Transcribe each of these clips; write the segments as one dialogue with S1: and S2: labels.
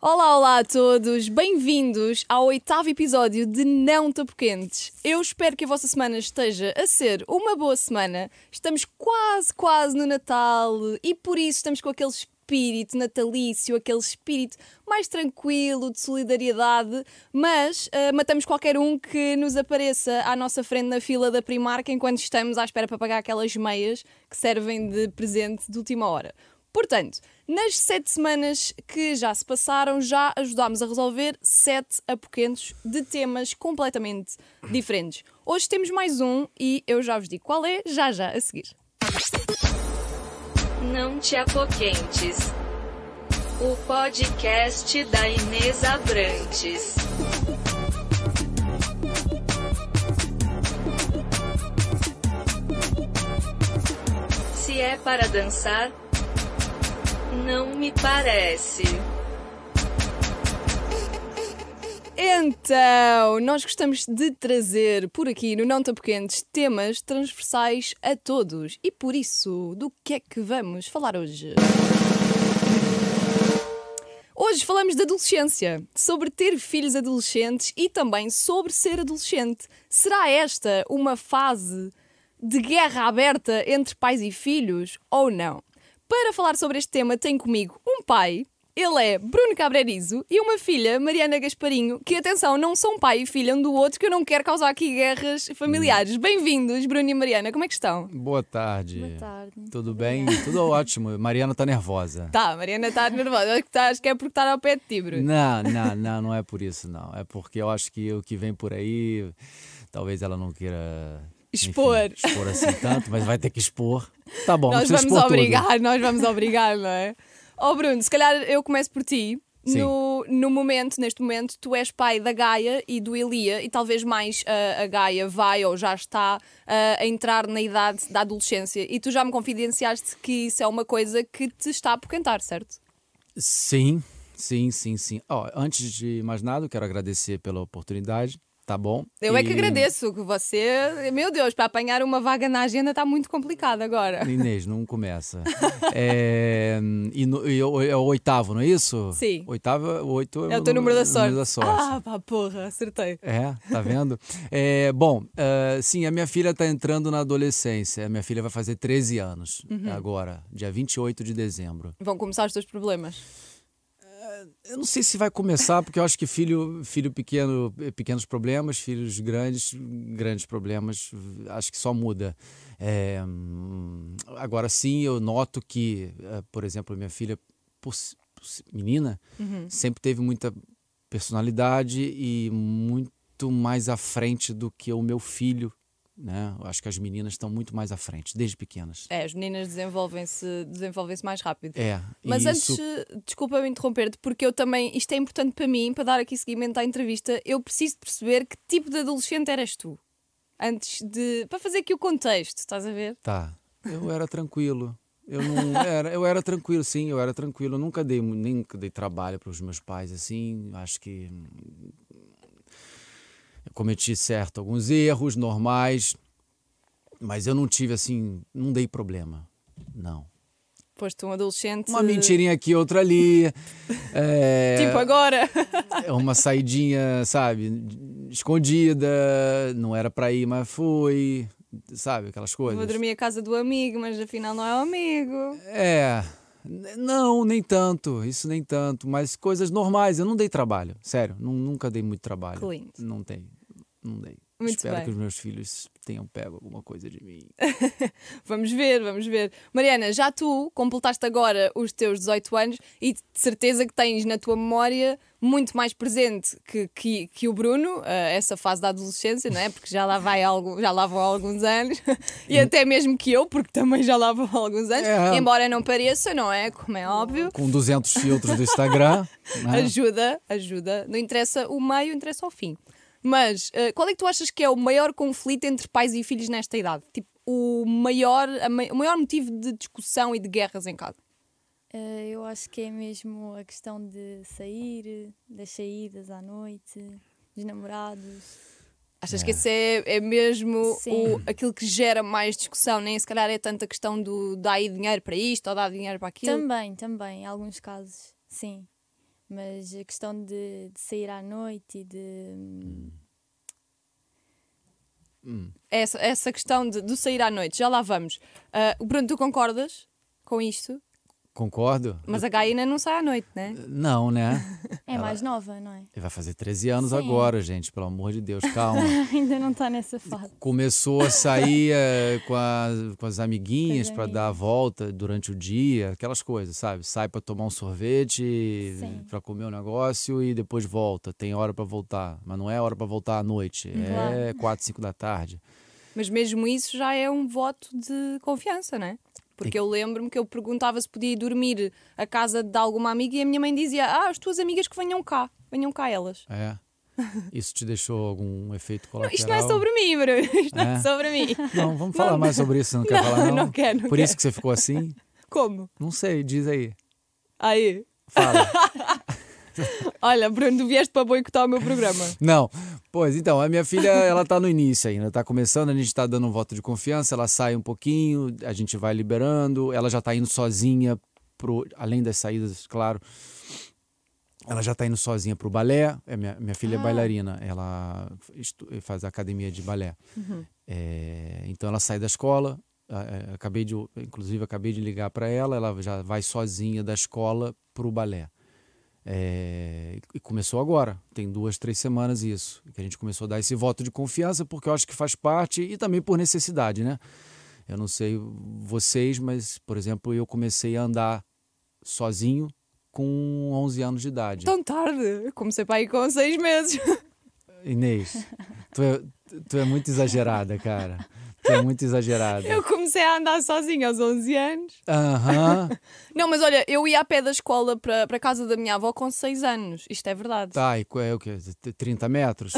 S1: Olá, olá a todos, bem-vindos ao oitavo episódio de Não Te Pequentes. Eu espero que a vossa semana esteja a ser uma boa semana. Estamos quase, quase no Natal e por isso estamos com aquele espírito natalício, aquele espírito mais tranquilo, de solidariedade, mas ah, matamos qualquer um que nos apareça à nossa frente na fila da Primark enquanto estamos à espera para pagar aquelas meias que servem de presente de última hora. Portanto, nas sete semanas que já se passaram, já ajudámos a resolver sete apoquentos de temas completamente diferentes. Hoje temos mais um e eu já vos digo qual é, já já a seguir.
S2: Não te apoquentes. O podcast da Inês Abrantes. Se é para dançar, não me parece.
S1: Então, nós gostamos de trazer por aqui no Não Tão Pequenos temas transversais a todos e por isso, do que é que vamos falar hoje? Hoje falamos de adolescência, sobre ter filhos adolescentes e também sobre ser adolescente. Será esta uma fase de guerra aberta entre pais e filhos ou não? Para falar sobre este tema, tenho comigo um pai, ele é Bruno Cabrerizo, e uma filha, Mariana Gasparinho, que, atenção, não são pai e filha um do outro, que eu não quero causar aqui guerras familiares. Bem-vindos, Bruno e Mariana, como é que estão?
S3: Boa tarde.
S4: Boa tarde.
S3: Tudo bem? Tudo ótimo. Mariana tá nervosa.
S1: Tá, a Mariana está nervosa. Acho que, tá, acho que é porque está ao pé de ti, Bruno.
S3: Não, não, não, não é por isso, não. É porque eu acho que o que vem por aí, talvez ela não queira. enfim,
S1: Expor.
S3: expor assim tanto, mas vai ter que expor. Tá bom, não é?
S1: nós
S3: precisa
S1: vamos
S3: expor tudo.
S1: obrigar, nós vamos obrigar, não é? Ó Bruno, se calhar eu começo por ti.
S3: Sim.
S1: No, no momento, neste momento, tu és pai da Gaia e do Elia, e talvez mais ah, a Gaia vai ou já está ah, a entrar na idade da adolescência. E tu já me confidenciaste que isso é uma coisa que te está a cantar, certo?
S3: Sim, sim, sim, sim. Ó, antes de mais nada, eu quero agradecer pela oportunidade. Tá bom?
S1: Eu é que
S3: E-
S1: agradeço que você. Meu Deus, para apanhar uma vaga na agenda está muito complicado agora.
S3: Inês, não começa. É, e no- e o- é o oitavo, não é isso?
S1: Sim.
S3: Oitavo, oito
S1: É o teu número da sorte.
S3: Número da sorte.
S1: Ah, pá, porra, acertei.
S3: É, tá vendo? É, bom, ah, sim, a minha filha tá entrando na adolescência. A minha filha vai fazer 13 anos agora, dia 28 de dezembro.
S1: Vão começar os teus problemas.
S3: Eu não sei se vai começar, porque eu acho que filho, filho pequeno, eh, pequenos problemas, filhos grandes, grandes problemas, eh, acho que só muda. É, hum, agora sim, eu noto que, eh, por exemplo, minha filha, por se- por se- menina,
S1: Uhum.
S3: sempre teve muita personalidade e muito mais à frente do que o meu filho. Né? Eu acho que as meninas estão muito mais à frente, desde pequenas.
S1: É, as meninas desenvolvem-se desenvolvem mais rápido.
S3: É, e
S1: Mas
S3: isso...
S1: antes, eh, desculpa-me interromper-te, porque eu também, isto é importante para mim, para dar aqui seguimento à entrevista, eu preciso de perceber que tipo de adolescente eras tu. Antes de. para fazer aqui o contexto, estás a ver?
S3: Tá. Eu era tranquilo. Eu não era, eu era tranquilo, sim, eu era tranquilo. Eu nunca dei, mu- nem nunca dei trabalho para os meus pais assim. Acho que hum, eu cometi certo alguns erros normais, mas eu não tive assim, não dei problema. Não.
S1: Foste um adolescente.
S3: Uma mentirinha aqui, outra ali. é,
S1: Tipo agora.
S3: é uma saidinha, sabe, escondida, não era para ir, mas foi, sabe, aquelas coisas.
S1: Vou dormir à casa do amigo, mas afinal não é o amigo.
S3: É. n- Não, nem tanto, isso nem tanto, mas coisas normais. Eu não dei trabalho, sério, nu- nunca dei muito trabalho.
S1: Que lindo.
S3: Não dei, não dei.
S1: Muito
S3: Espero
S1: bem.
S3: que os meus filhos tenham pego alguma coisa de mim.
S1: Vamos ver, vamos ver. Mariana, já tu completaste agora os teus 18 anos e de certeza que tens na tua memória muito mais presente que, que, que o Bruno, eh, essa fase da adolescência, não é? Porque já lá, vai algo, já lá vão alguns anos e até mesmo que eu, porque também já lá vão alguns anos,
S3: É.
S1: embora não pareça, não é? Como é óbvio.
S3: Com 200 filtros do Instagram. né?
S1: Ajuda, ajuda. Não interessa o meio, interessa o fim. Mas eh, qual é que tu achas que é o maior conflito entre pais e filhos nesta idade? Tipo, o maior, a mai- o maior motivo de discussão e de guerras em casa?
S4: Eh, eu acho que é mesmo a questão de sair, das saídas à noite, dos namorados.
S1: Achas que esse é, é mesmo
S4: Sim.
S1: o- aquilo que gera mais discussão? Nem se calhar é tanto a questão do dá aí dinheiro para isto ou dá dinheiro para aquilo.
S4: Também, também, em alguns casos, sim. Mas a questão de, de sair à noite e de. hum,
S1: Essa, essa questão de, do sair à noite, já lá vamos. Ah, Bruno, tu concordas com isto?
S3: Concordo?
S1: Mas a Gaia ainda não sai à noite, né?
S3: Não, né?
S4: É mais nova, não é?
S3: Ele vai fazer 13 anos
S4: Sim.
S3: agora, gente, pelo amor de Deus, calma.
S4: Ainda não está nessa fase.
S3: Começou a sair eh, com, a- com as amiguinhas
S4: Com as
S3: para dar a volta durante o dia, aquelas coisas, sabe? Sai para tomar um sorvete,
S4: Sim.
S3: para comer um negócio e depois volta. Tem hora para voltar, mas não é hora para voltar à noite, é
S4: Claro.
S3: 4, 5 da tarde.
S1: Mas mesmo isso já é um voto de confiança, né? Porque eu lembro-me que eu perguntava se podia ir dormir à casa de alguma amiga e a minha mãe dizia: Ah, as tuas amigas que venham cá, venham cá elas.
S3: É. Isso te deixou algum efeito
S1: Não,
S3: colateral?
S1: isto não é sobre mim, Bruno. Isto não
S3: É?
S1: é sobre mim.
S3: Não, vamos falar mais sobre isso, você não quer
S1: Não,
S3: falar não?
S1: não quero, não
S3: Por isso
S1: quero.
S3: que você ficou assim?
S1: Como?
S3: Não sei, diz aí.
S1: Aí.
S3: Fala.
S1: Olha, Bruno, tu vieste para boicotar o meu programa.
S3: Não. Pois então, a minha filha, ela tá no início ainda, tá começando, a gente tá dando um voto de confiança, ela sai um pouquinho, a gente vai liberando, ela já tá indo sozinha pro além das saídas, claro. Ela já tá indo sozinha pro balé. É, minha, minha filha é bailarina, ela estu- faz academia de balé. É, então ela sai da escola, a- a- acabei de, inclusive acabei de ligar para ela, ela já vai sozinha da escola pro balé. É, e começou agora, tem duas, três semanas isso, que a gente começou a dar esse voto de confiança, porque eu acho que faz parte e também por necessidade, né? Eu não sei vocês, mas, por exemplo, eu comecei a andar sozinho com 11 anos de idade.
S1: Tão tarde. Eu comecei para ir com seis meses.
S3: Inês, tu é, tu é muito exagerada, cara. Tu é muito exagerada.
S1: Eu comecei a andar sozinha aos 11 anos.
S3: Aham.
S1: Não, mas olha, eu ia a pé da escola para para a casa da minha avó com seis anos. Isto é verdade.
S3: Tá, e qual é o quê? T- 30 metros?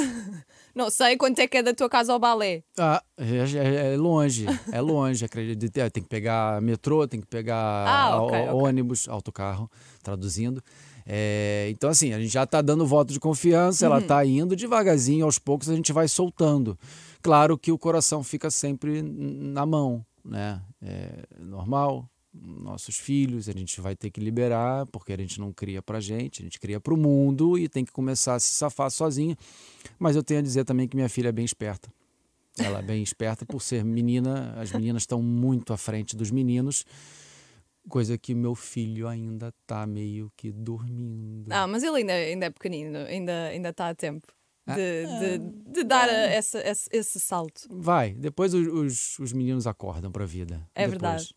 S1: Não sei quanto é que é da tua casa ao balé.
S3: Ah, é, é- é longe, é longe, acredito. É, Tem que pegar metrô, tem que pegar
S1: Ah, ok,
S3: au-
S1: ok.
S3: ônibus, autocarro, traduzindo. É, então, assim, a gente já está dando voto de confiança,
S1: Uhum.
S3: ela está indo devagarzinho, aos poucos a gente vai soltando. Claro que o coração fica sempre n- na mão, né? É normal, nossos filhos, a gente vai ter que liberar, porque a gente não cria pra gente, a gente cria pro mundo e tem que começar a se safar sozinho. Mas eu tenho a dizer também que minha filha é bem esperta. Ela é bem esperta por ser menina. As meninas estão muito à frente dos meninos. Coisa que meu filho ainda tá meio que dormindo.
S1: Ah, mas ele ainda, ainda é pequenino, ainda, ainda está a tempo de, de, de dar a- essa- esse, esse salto.
S3: Vai, depois os, os, os meninos acordam pra vida.
S1: É
S3: Depois.
S1: verdade.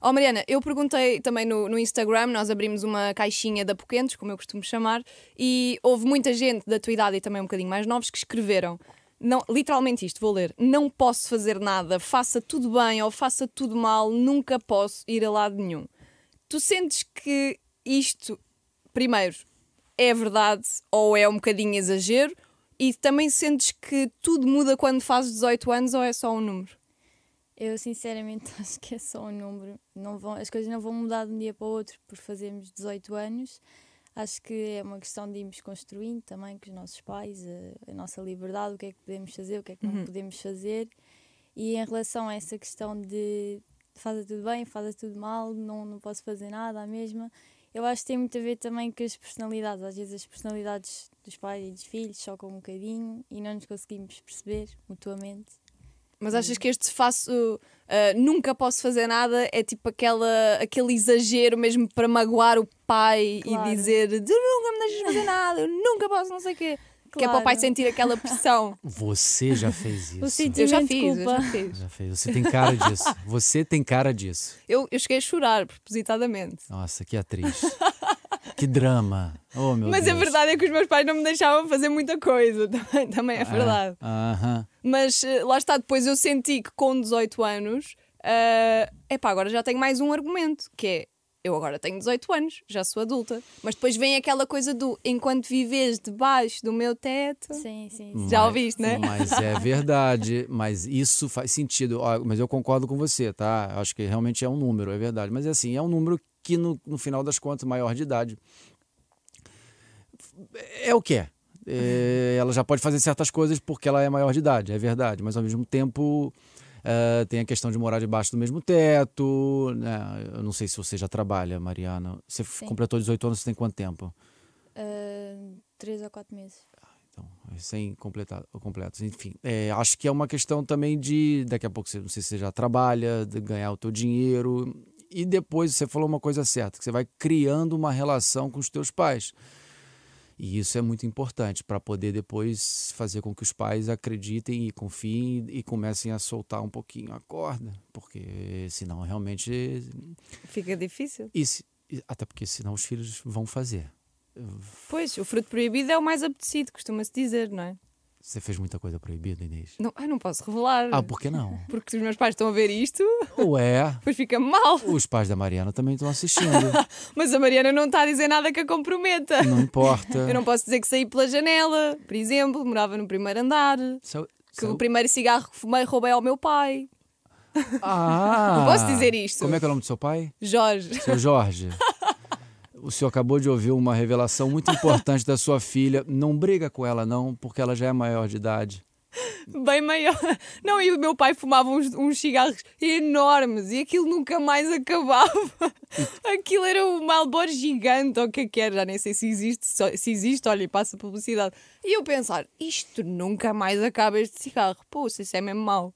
S1: Ó Mariana, eu perguntei também no, no Instagram, nós abrimos uma caixinha da Poquentes, como eu costumo chamar, e houve muita gente da tua idade e também um bocadinho mais novos que escreveram. Não, literalmente isto, vou ler. Não posso fazer nada, faça tudo bem ou faça tudo mal, nunca posso ir a lado nenhum. Tu sentes que isto, primeiro, é verdade ou é um bocadinho exagero? E também sentes que tudo muda quando fazes 18 anos ou é só um número?
S4: Eu sinceramente acho que é só um número. Não vão, as coisas não vão mudar de um dia para o outro por fazermos 18 anos. Acho que é uma questão de irmos construindo também com os nossos pais, eh, a, a nossa liberdade, o que é que podemos fazer, o que é
S1: Uhum.
S4: que não podemos fazer. E em relação a essa questão de fazer tudo bem, fazer tudo mal, não, não posso fazer nada à mesma, eu acho que tem muito a ver também com as personalidades. Às vezes as personalidades dos pais e dos filhos chocam um bocadinho e não nos conseguimos perceber mutuamente.
S1: Mas
S4: Uhum.
S1: achas que este faço ah, nunca posso fazer nada é tipo aquela, aquele exagero mesmo para magoar o pai
S4: Claro.
S1: e dizer tu nunca me deixas fazer nada, eu nunca posso não sei o quê. Que é para o pai
S4: Claro.
S1: sentir aquela pressão.
S3: Você já fez
S4: O
S3: isso.
S4: sentimento
S1: Eu já
S4: de
S1: fiz, eu
S4: culpa.
S1: já fiz.
S3: Já fez. Você tem cara disso. Você tem cara disso.
S1: Eu, eu cheguei a chorar propositadamente.
S3: Nossa, que atriz. Que drama. Oh, meu
S1: Mas
S3: Deus.
S1: a verdade é que os meus pais não me deixavam fazer muita coisa, também, também é verdade.
S3: Ah, Aham.
S1: Mas eh, lá está, depois eu senti que com 18 anos, é epá, agora já tenho mais um argumento, que é eu agora tenho 18 anos, já sou adulta. Mas depois vem aquela coisa do enquanto vives debaixo do meu teto.
S4: Sim, sim, sim.
S1: Já
S3: Mas-
S1: ouviste, né?
S3: Mas é verdade, mas isso faz sentido. Ó, Mas eu concordo com você, tá? Eu Acho que realmente é um número, é verdade. Mas é assim, é um número que no, no final das contas, maior de idade, é o que é. É, Ela já pode fazer certas coisas porque ela é maior de idade, é verdade. Mas ao mesmo tempo. eh, tem a questão de morar debaixo do mesmo teto. né? Eu não sei se você já trabalha, Mariana. Você f-
S4: Sim.
S3: completou 18 anos, você tem quanto tempo?
S4: ah, três ou quatro meses.
S3: Então, sem completar, completos. Enfim, é, acho que é uma questão também de daqui a pouco você não sei se você já trabalha, de ganhar o teu dinheiro e depois você falou uma coisa certa, que você vai criando uma relação com os teus pais. E isso é muito importante para poder depois fazer com que os pais acreditem e confiem e comecem a soltar um pouquinho a corda, porque senão realmente
S1: Fica difícil.
S3: e se- e- até porque senão os filhos vão fazer.
S1: Pois, o fruto proibido é o mais apetecido, costuma-se dizer, não é?
S3: Você fez muita coisa proibida, Inês.
S1: Não, ai, não posso revelar.
S3: Ah, por que não?
S1: Porque se os meus pais estão a ver isto,
S3: Ué,
S1: depois fica mal.
S3: os pais da Mariana também estão assistindo.
S1: Mas a Mariana não está a dizer nada que a comprometa.
S3: Não importa.
S1: Eu não posso dizer que saí pela janela, por exemplo, morava no primeiro andar, que
S3: Saiu-
S1: o
S3: saiu-
S1: primeiro cigarro que fumei roubei ao meu pai.
S3: Ah!
S1: Não posso dizer isto.
S3: Como é que é o nome do seu pai?
S1: Jorge.
S3: Seu Jorge. O senhor acabou de ouvir uma revelação muito importante da sua filha. Não briga com ela, não, porque ela já é maior de idade.
S1: bem maior. Não, e o meu pai fumava uns, uns cigarros enormes e aquilo nunca mais acabava. Aquilo era um Malboro gigante, ou o que é que era, já nem sei se existe, só- se existe, olha, e passa publicidade. E eu pensar, isto nunca mais acaba este cigarro. Pô, isso é mesmo mau.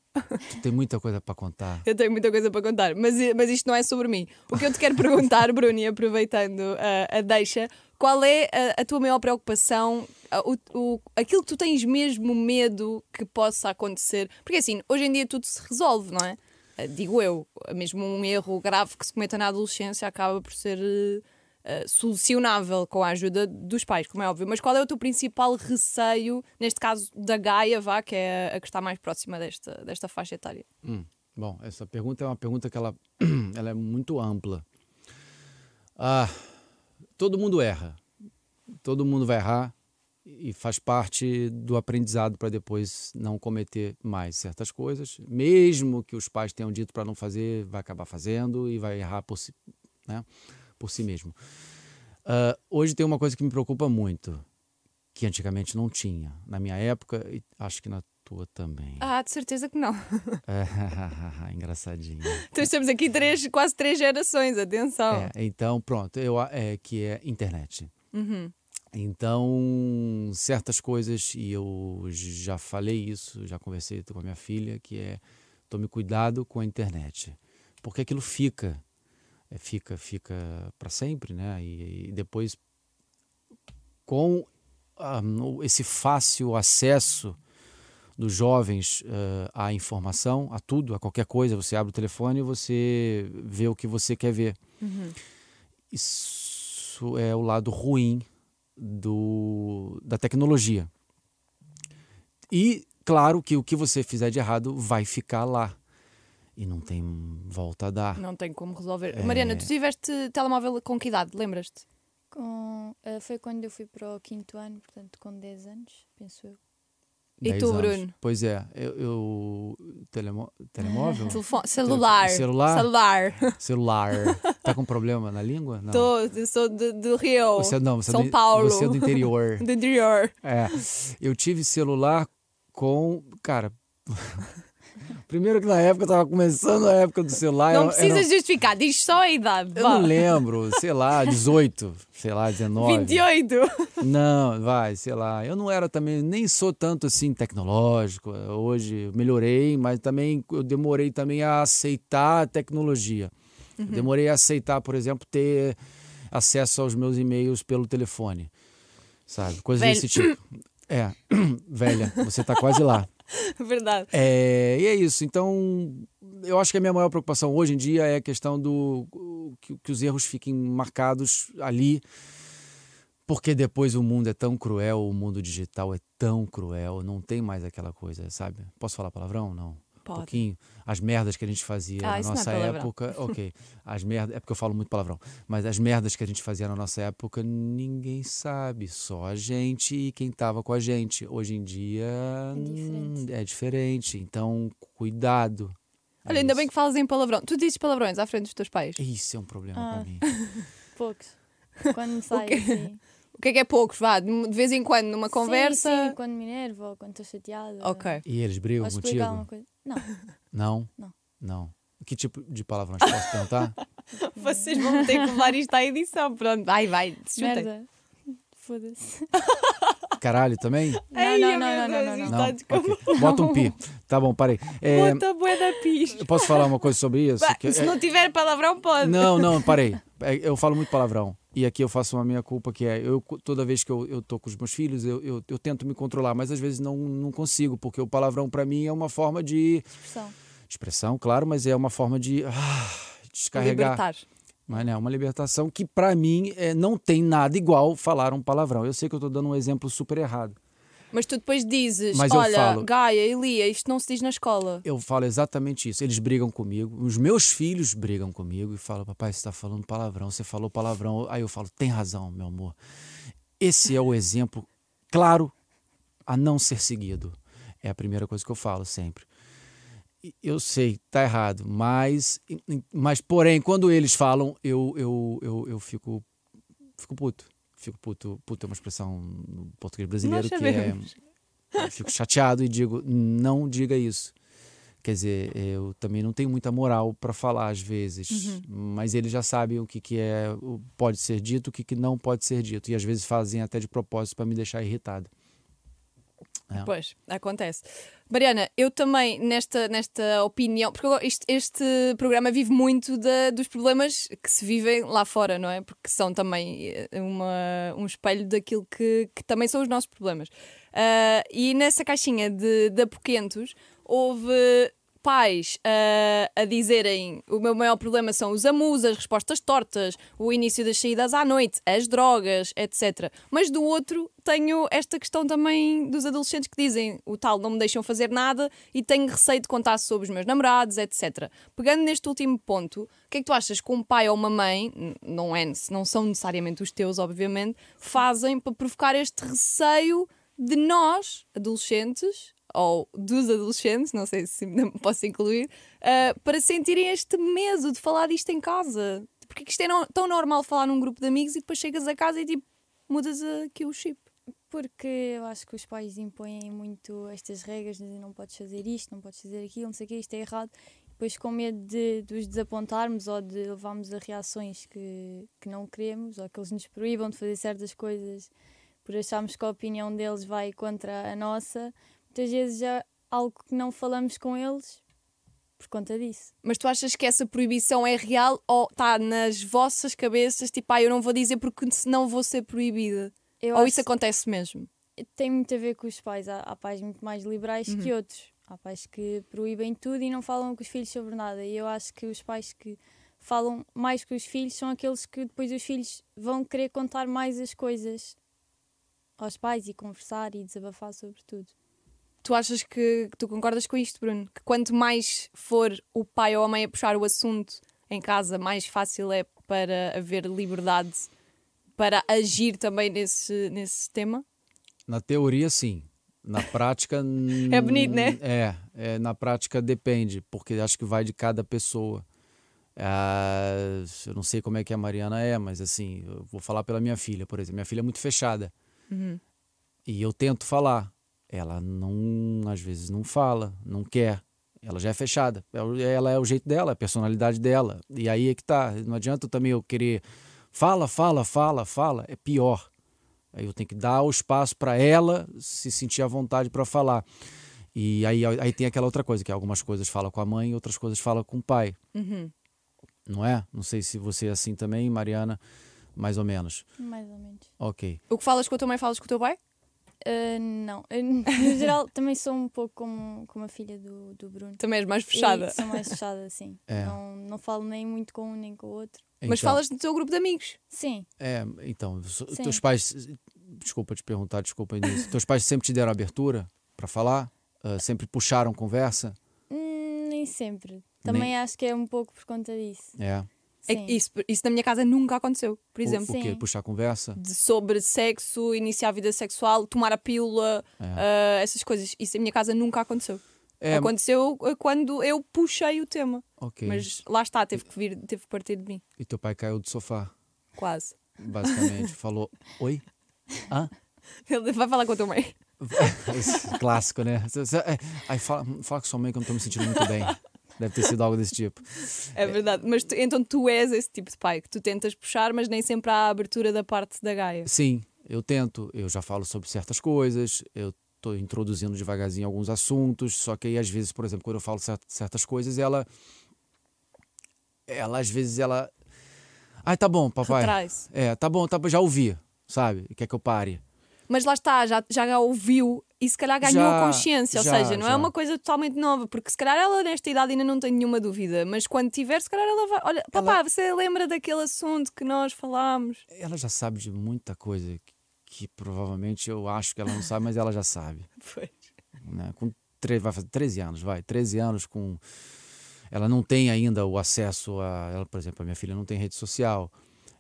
S3: Tu tem muita coisa para contar.
S1: Eu tenho muita coisa para contar, mas, mas isto não é sobre mim. O que eu te quero perguntar, Bruni, aproveitando ah, a deixa, qual é a, a tua maior preocupação, ah, o, o- aquilo que tu tens mesmo medo que possa acontecer? Porque assim, hoje em dia tudo se resolve, não é? Ah, digo eu, mesmo um erro grave que se cometa na adolescência acaba por ser ah, ah, solucionável com a ajuda dos pais, como é óbvio. Mas qual é o teu principal receio, neste caso da Gaia, vá, que é a, a que está mais próxima desta, desta faixa etária?
S3: Hum, Bom, essa pergunta é uma pergunta que ela, ela é muito ampla. Ah, todo mundo erra. Todo mundo vai errar e faz parte do aprendizado para depois não cometer mais certas coisas. Mesmo que os pais tenham dito para não fazer, vai acabar fazendo e vai errar por si, né, por si mesmo. Ah, hoje tem uma coisa que me preocupa muito, que antigamente não tinha. Na minha época, e acho que na tua também.
S1: Ah, de certeza que não.
S3: É, engraçadinho.
S1: Então estamos aqui três, quase três gerações, atenção.
S3: É, então, pronto, eu, a- é, que é internet. Então, certas coisas, e eu já falei isso, já conversei com a minha filha, que é tome cuidado com a internet. Porque aquilo fica, é, fica, fica para sempre, né? E, e depois, com ah, no- esse fácil acesso dos jovens eh, à informação, a tudo, a qualquer coisa. Você abre o telefone e você vê o que você quer ver.
S1: Uhum.
S3: Isso é o lado ruim do, da tecnologia. E claro que o que você fizer de errado vai ficar lá. E não tem volta a dar.
S1: Não tenho como resolver.
S3: É.
S1: Mariana, tu tiveste telemóvel com que idade? Lembras-te?
S4: Com, ah, foi quando eu fui para o quinto ano, portanto com 10 anos, penso eu.
S1: E
S3: 10
S1: tu,
S3: anos.
S1: Bruno?
S3: Pois é, eu. eu- telemo- telemóvel?
S1: Telefone, celular.
S3: Hum. Celular?
S1: Celular.
S3: Celular. Tá com problema na língua? Não.
S1: Tô, eu sou do, do Rio.
S3: Você não, você é
S1: São
S3: do,
S1: Paulo.
S3: Você é do interior.
S1: Do interior.
S3: É. Eu tive celular com. Cara. Primeiro que na época eu tava começando a época do celular.
S1: não
S3: era-
S1: precisa
S3: era-
S1: justificar, diz só a idade.
S3: Eu
S1: vá.
S3: não lembro, sei lá, 18, sei lá, 19.
S1: 28.
S3: Não, vai, sei lá. Eu não era também, nem sou tanto assim tecnológico. Eh, Hoje eu melhorei, mas também eu demorei também a aceitar a tecnologia. Eu Demorei a aceitar, por exemplo, ter acesso aos meus e-mails pelo telefone. Sabe? Coisas
S1: Velho.
S3: desse tipo. É, velha, você tá quase lá.
S1: Verdade.
S3: É, e é isso. Então, eu acho que a minha maior preocupação hoje em dia é a questão do o- que, que os erros fiquem marcados ali, porque depois o mundo é tão cruel, o mundo digital é tão cruel, não tem mais aquela coisa, sabe? Posso falar palavrão? Não. Um
S1: Pode.
S3: pouquinho. As merdas que a gente fazia
S1: Ah,
S3: na
S1: isso não é
S3: nossa
S1: palavrão.
S3: época. Ok. As merdas. É porque eu falo muito palavrão. Mas as merdas que a gente fazia na nossa época, ninguém sabe. Só a gente e quem tava com a gente. Hoje em dia.
S4: diferente.
S3: hum, É diferente. Então, cuidado.
S1: Olha, ainda bem que falas em palavrão. Tu dizes palavrões à frente dos teus pais.
S3: Isso é um problema
S4: Ah.
S3: pra mim.
S4: Poucos. Quando sai assim.
S1: O que é que é poucos? Vá, de de vez em quando, numa conversa.
S4: Sim, sim, quando me enervo ou quando estou chateada.
S1: Ok.
S3: E eles
S4: Ou
S3: brigam
S4: explicar alguma
S1: um?
S3: contigo?
S4: coisa. Não,
S3: Não?
S4: Não.
S3: Não. Que tipo de palavrões posso perguntar?
S1: Vocês vão ter que levar isto à edição. Pronto, vai, vai. chutem.
S4: merda. foda-se.
S3: Caralho também?
S4: Não, não, não, não, não, não, não.
S3: Não? Ok. Bota um pi. Tá bom, parei. É,
S4: Puta bué da pis.
S3: eu posso falar uma coisa sobre isso? Que-
S1: Se
S3: é-
S1: não tiver palavrão, pode.
S3: Não, não, parei. É, Eu falo muito palavrão. E aqui eu faço uma minha culpa, que é eu, toda vez que eu, eu tô com os meus filhos, eu, eu, eu tento me controlar, mas às vezes não, não consigo, porque o palavrão para mim é uma forma de
S4: Expressão.
S3: expressão, claro, mas é uma forma de ah, descarregar.
S1: Libertar.
S3: Mas é uma libertação que para mim é, não tem nada igual falar um palavrão. Eu sei que eu tô dando um exemplo super errado.
S1: Mas tu depois dizes:
S3: Mas eu
S1: Olha,
S3: falo.
S1: Gaia, Elia, isto não se diz na escola.
S3: Eu falo exatamente isso. Eles brigam comigo, os meus filhos brigam comigo e falam: Papai, você está falando palavrão, você falou palavrão. Aí eu falo: Tem razão, meu amor. Esse é o exemplo claro a não ser seguido. É a primeira coisa que eu falo sempre. E Eu sei, tá errado, mas, mas porém, quando eles falam, eu, eu, eu, eu fico, fico puto. Fico puto. Puto é uma expressão no português brasileiro que é. Eu fico chateado e digo, não diga isso. Quer dizer, eu também não tenho muita moral para falar às vezes, mas eles já sabem o que, que é, o- pode ser dito, o que, que não pode ser dito. E às vezes fazem até de propósito para me deixar irritado. Não.
S1: Pois, acontece. Mariana, eu também, nesta, nesta opinião, porque agora isto- este, programa vive muito da- dos problemas que se vivem lá fora, não é? Porque são também eh, uma- um espelho daquilo que, que também são os nossos problemas. Ah, e nessa caixinha de, de apoquentos houve pais ah, a dizerem o meu maior problema são os amus, as respostas tortas, o início das saídas à noite, as drogas, etc. Mas do outro tenho esta questão também dos adolescentes que dizem o tal não me deixam fazer nada e tenho receio de contar sobre os meus namorados, etc. Pegando neste último ponto, o que é que tu achas que um pai ou uma mãe, n- não, é, não são necessariamente os teus, obviamente, fazem para provocar este receio de nós, adolescentes, ou dos adolescentes, não sei se me posso incluir, ah, para sentirem este medo de falar disto em casa. Porque é que isto é no- tão normal falar num grupo de amigos e depois chegas a casa e tipo, mudas aqui o chip.
S4: Porque eu acho que os pais impõem muito estas regras, dizem não podes fazer isto, não podes fazer aquilo, não sei o que, isto é errado. Depois com medo de, de os desapontarmos ou de levarmos a reações que, que não queremos ou que eles nos proíbam de fazer certas coisas por acharmos que a opinião deles vai contra a nossa, muitas vezes é algo que não falamos com eles por conta disso.
S1: Mas tu achas que essa proibição é real ou está nas vossas cabeças, tipo, ah, eu não vou dizer porque senão vou ser proibida?
S4: Eu
S1: ou
S4: acho-
S1: isso acontece mesmo?
S4: tem muito a ver com os pais. Há, há pais muito mais liberais que outros. Há pais que proíbem tudo e não falam com os filhos sobre nada. E eu acho que os pais que falam mais com os filhos são aqueles que depois os filhos vão querer contar mais as coisas aos pais e conversar e desabafar sobre tudo.
S1: Tu achas que, que tu concordas com isto, Bruno? Que quanto mais for o pai ou a mãe a puxar o assunto em casa, mais fácil é para haver liberdade para agir também nesse, nesse tema?
S3: Na teoria, sim. Na prática. n-
S1: É bonito, né?
S3: É, é, Na prática depende, porque acho que vai de cada pessoa. Ah, eu não sei como é que a Mariana é, mas assim, eu vou falar pela minha filha, por exemplo. Minha filha é muito fechada.
S1: Uhum.
S3: E eu tento falar. Ela não, às vezes, não fala, não quer. Ela já é fechada. É o- Ela é o jeito dela, a personalidade dela. E aí é que tá. Não adianta também eu querer. Fala, fala, fala, fala. É pior. Aí eu tenho que dar o espaço para ela se sentir à vontade para falar. E aí, aí tem aquela outra coisa, que algumas coisas fala com a mãe, outras coisas fala com o pai. Não é? Não sei se você é assim também, Mariana, mais ou menos.
S4: Mais ou menos.
S3: Ok.
S1: O que falas com a tua mãe, falas com o teu pai?
S4: Ah, não. Eu, no geral, também sou um pouco como, como a filha do, do Bruno.
S1: Também és mais
S4: E
S1: fechada.
S4: sou mais fechada, sim.
S3: É.
S4: Não, não falo nem muito com um nem com o outro.
S1: Mas
S3: Então-
S1: falas no teu grupo de amigos.
S4: Sim,
S3: É, então, so-
S4: Sim.
S3: teus pais. Desculpa te perguntar, desculpa nisso. teus pais sempre te deram abertura para falar? Ah, sempre puxaram conversa?
S4: Hum, nem sempre. Também acho que é um pouco por conta disso.
S3: É.
S1: É
S4: Sim.
S1: que isso, isso na minha casa nunca aconteceu, por exemplo.
S3: O, o quê?
S4: Sim.
S3: Puxar conversa?
S1: de- sobre sexo, iniciar a vida sexual, tomar a pílula, ah, essas coisas. Isso em minha casa nunca aconteceu.
S3: É,
S1: Aconteceu ah, quando eu puxei o tema.
S3: ok.
S1: Mas lá está, teve que vir, teve que partir de mim,
S3: E teu pai caiu do sofá,
S1: quase.
S3: basicamente. Falou: Oi? Hã?
S1: Ele vai falar com a tua mãe.
S3: Esse clássico, né? Cê- cê- é, Aí fala, fala com sua mãe que eu não tô me sentindo muito bem. Deve ter sido algo desse tipo.
S1: É verdade. Mas tu- então tu és esse tipo de pai que tu tentas puxar, mas nem sempre há a abertura da parte da Gaia.
S3: Sim, Eu tento, eu já falo sobre certas coisas, eu estou introduzindo devagarzinho alguns assuntos, só que aí às vezes, por exemplo, quando eu falo cer- certas coisas, ela. Ela às vezes ela. Ai, tá bom, papai.
S1: Retrai-se.
S3: É, tá bom, tá bom, já ouvi, sabe? Quer que eu pare?
S1: Mas lá está, já, já ouviu e se calhar ganhou
S3: Já,
S1: a consciência.
S3: já,
S1: ou seja, não é
S3: já.
S1: uma coisa totalmente nova, porque se calhar ela nesta idade ainda não tem nenhuma dúvida, mas quando tiver, se calhar ela vai. Olha, papá, você lembra daquele assunto que nós falámos?
S3: Ela já sabe de muita coisa que, que provavelmente eu acho que ela não sabe, mas ela já sabe.
S1: Pois.
S3: né? Com tre- vai fazer 13 anos, vai, 13 anos com ela não tem ainda o acesso a, ela, por exemplo, a minha filha não tem rede social.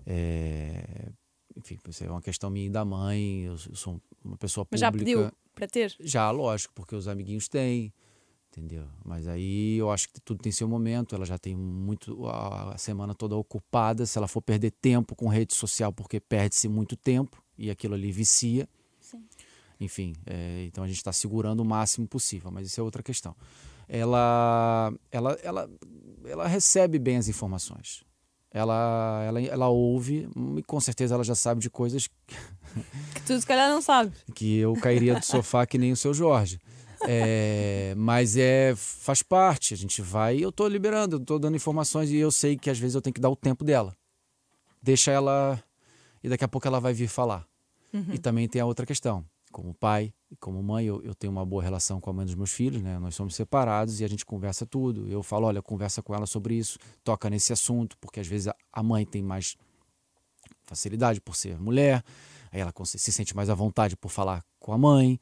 S3: É, enfim, isso é uma questão minha e da mãe, eu, eu sou uma pessoa
S1: Mas
S3: pública.
S1: já pediu para ter.
S3: Já, lógico, porque os amiguinhos têm, entendeu? Mas aí eu acho que tudo tem seu momento, ela já tem muito a, a semana toda ocupada, se ela for perder tempo com rede social, porque perde-se muito tempo e aquilo ali vicia.
S4: Sim.
S3: Enfim, é, então a gente está segurando o máximo possível, mas isso é outra questão. Ela, ela, ela, ela recebe bem as informações. Ela, ela, ela ouve e com certeza ela já sabe de coisas
S1: Que tu se calhar não sabes.
S3: que eu cairia do sofá que nem o seu Jorge. É, mas é faz parte, a gente vai, eu tô liberando, eu tô dando informações e eu sei que às vezes eu tenho que dar o tempo dela. Deixa ela e daqui a pouco ela vai vir falar. E também tem a outra questão, como pai e como mãe, eu, eu tenho uma boa relação com a mãe dos meus filhos, né? Nós somos separados e a gente conversa tudo. Eu falo, olha, conversa com ela sobre isso, toca nesse assunto, porque às vezes a- a mãe tem mais facilidade por ser mulher, aí ela conse- se sente mais à vontade por falar com a mãe.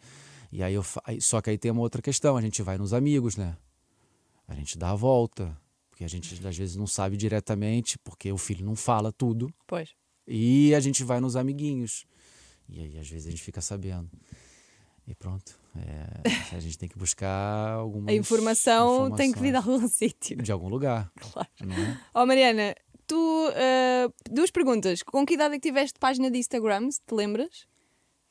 S3: E aí eu fa- aí- só que aí tem uma outra questão, a gente vai nos amigos, né? A gente dá a volta, porque a gente às vezes não sabe diretamente, porque o filho não fala tudo,
S1: Pois.
S3: e a gente vai nos amiguinhos. E aí às vezes a gente fica sabendo. E pronto, é, a gente tem que buscar alguma
S1: A informação, tem que vir de
S3: é.
S1: algum sítio.
S3: de algum lugar,
S1: Claro.
S3: não é?
S1: Ó Mariana, tu. ah, duas perguntas. Com que idade é que tiveste página de Instagram? Se te lembras?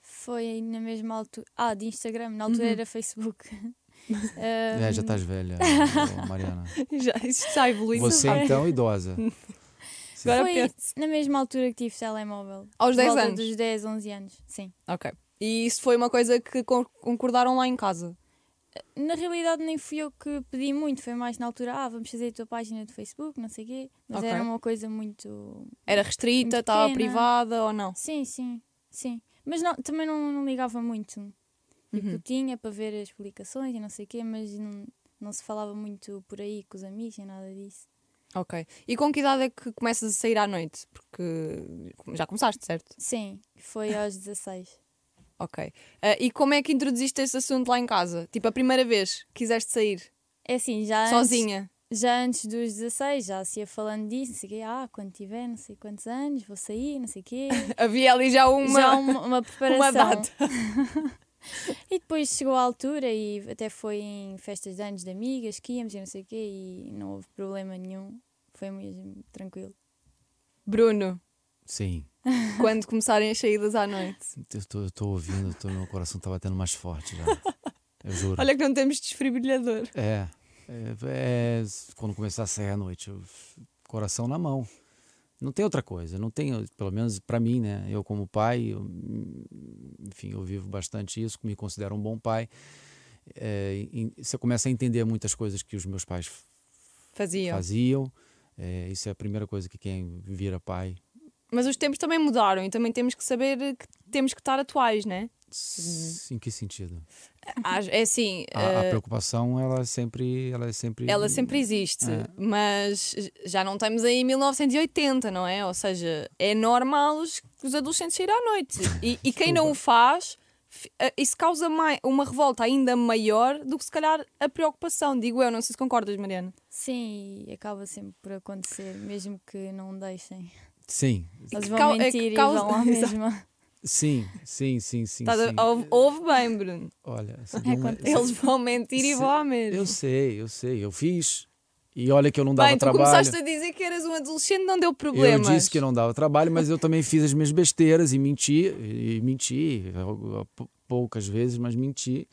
S4: Foi aí na mesma altura. Ah, de Instagram, na
S1: Uhum.
S4: altura era Facebook. Eh,
S3: É, já estás velha, ô, Mariana.
S1: Já, isto está evoluindo.
S3: Você então idosa.
S1: Agora
S4: Foi
S1: penso.
S4: na mesma altura que tive telemóvel.
S1: Aos
S4: Por
S1: 10
S4: volta
S1: anos?
S4: Dos 10, 11 anos, sim.
S1: Ok. E isso foi uma coisa que con- concordaram lá em casa.
S4: Na realidade, nem fui eu que pedi muito, foi mais na altura, ah, vamos fazer a tua página do Facebook, não sei o quê. Mas
S1: Ok.
S4: era uma coisa muito.
S1: Era restrita,
S4: Muito
S1: estava
S4: pequena.
S1: privada ou não?
S4: Sim, sim, sim. Mas não- também não, não ligava muito. Tipo, tinha para ver as publicações e não sei o quê, mas não, não se falava muito por aí com os amigos e nada disso.
S1: Ok. E com que idade é que começas a sair à noite? Porque já começaste, certo?
S4: Sim, foi aos 16.
S1: Ok. Ah, e como é que introduziste esse assunto lá em casa? Tipo, a primeira vez que quiseste sair
S4: É assim, já antes-
S1: sozinha?
S4: já antes dos 16, já se ia falando disso, não sei o quê, ah, quando tiver não sei quantos anos, vou sair, não sei o quê.
S1: Havia ali já um uma.
S4: já uma, uma preparação.
S1: uma data.
S4: E depois chegou a altura e até foi em festas de anos de amigas que íamos e não sei o quê e não houve problema nenhum. Foi mesmo tranquilo.
S1: Bruno,
S3: Sim.
S1: quando começarem as saídas à noite.
S3: Eu tô, eu tô ouvindo, tô- meu coração tá batendo mais forte já. Eu juro.
S1: Olha que não temos desfibrilhador.
S3: É, é, é, Quando começar a sair à noite, eu- coração na mão. Não tem outra coisa, não tem, pelo menos pra mim, né? Eu, como pai, eu, enfim, eu vivo bastante isso, me considero um bom pai. É, em- você começa a entender muitas coisas que os meus pais
S1: Faziam.
S3: faziam. É, isso é a primeira coisa que quem vira pai
S1: Mas os tempos também mudaram e também temos que saber que temos que estar atuais, né?
S3: S- Em que sentido?
S1: Há- É assim.
S3: A, a
S1: ah,
S3: preocupação, ela é sempre, ela sempre,
S1: Ela sempre existe,
S3: É.
S1: mas já não estamos aí em 1980, não é? Ou seja, é normal os, os adolescentes saírem à noite. E, e quem não o faz, fi- eh, isso causa mai- uma revolta ainda maior do que se calhar a preocupação. Digo eu, não sei se concordas, Mariana.
S4: Sim, e acaba sempre por acontecer, mesmo que não deixem.
S3: Sim,
S4: Eles
S1: que
S4: vão
S1: cau- é que
S4: mentir
S1: causa-
S4: e vão lá
S1: Exato.
S4: mesmo.
S3: sim, sim, sim, sim.
S1: Estás a-
S3: sim.
S1: ouve, ouve bem, Bruno.
S3: Olha,
S4: acontece.
S1: é Eles vão mentir e
S3: se-
S1: vão à mesma.
S3: eu sei, eu sei, eu fiz. E olha que eu não dava
S1: Bem, então tu
S3: trabalho.
S1: começaste a dizer que eras um adolescente, não deu
S3: Eu
S1: problemas.
S3: disse que não dava trabalho, mas eu também fiz as minhas besteiras e menti, e menti al- pou- poucas vezes, mas menti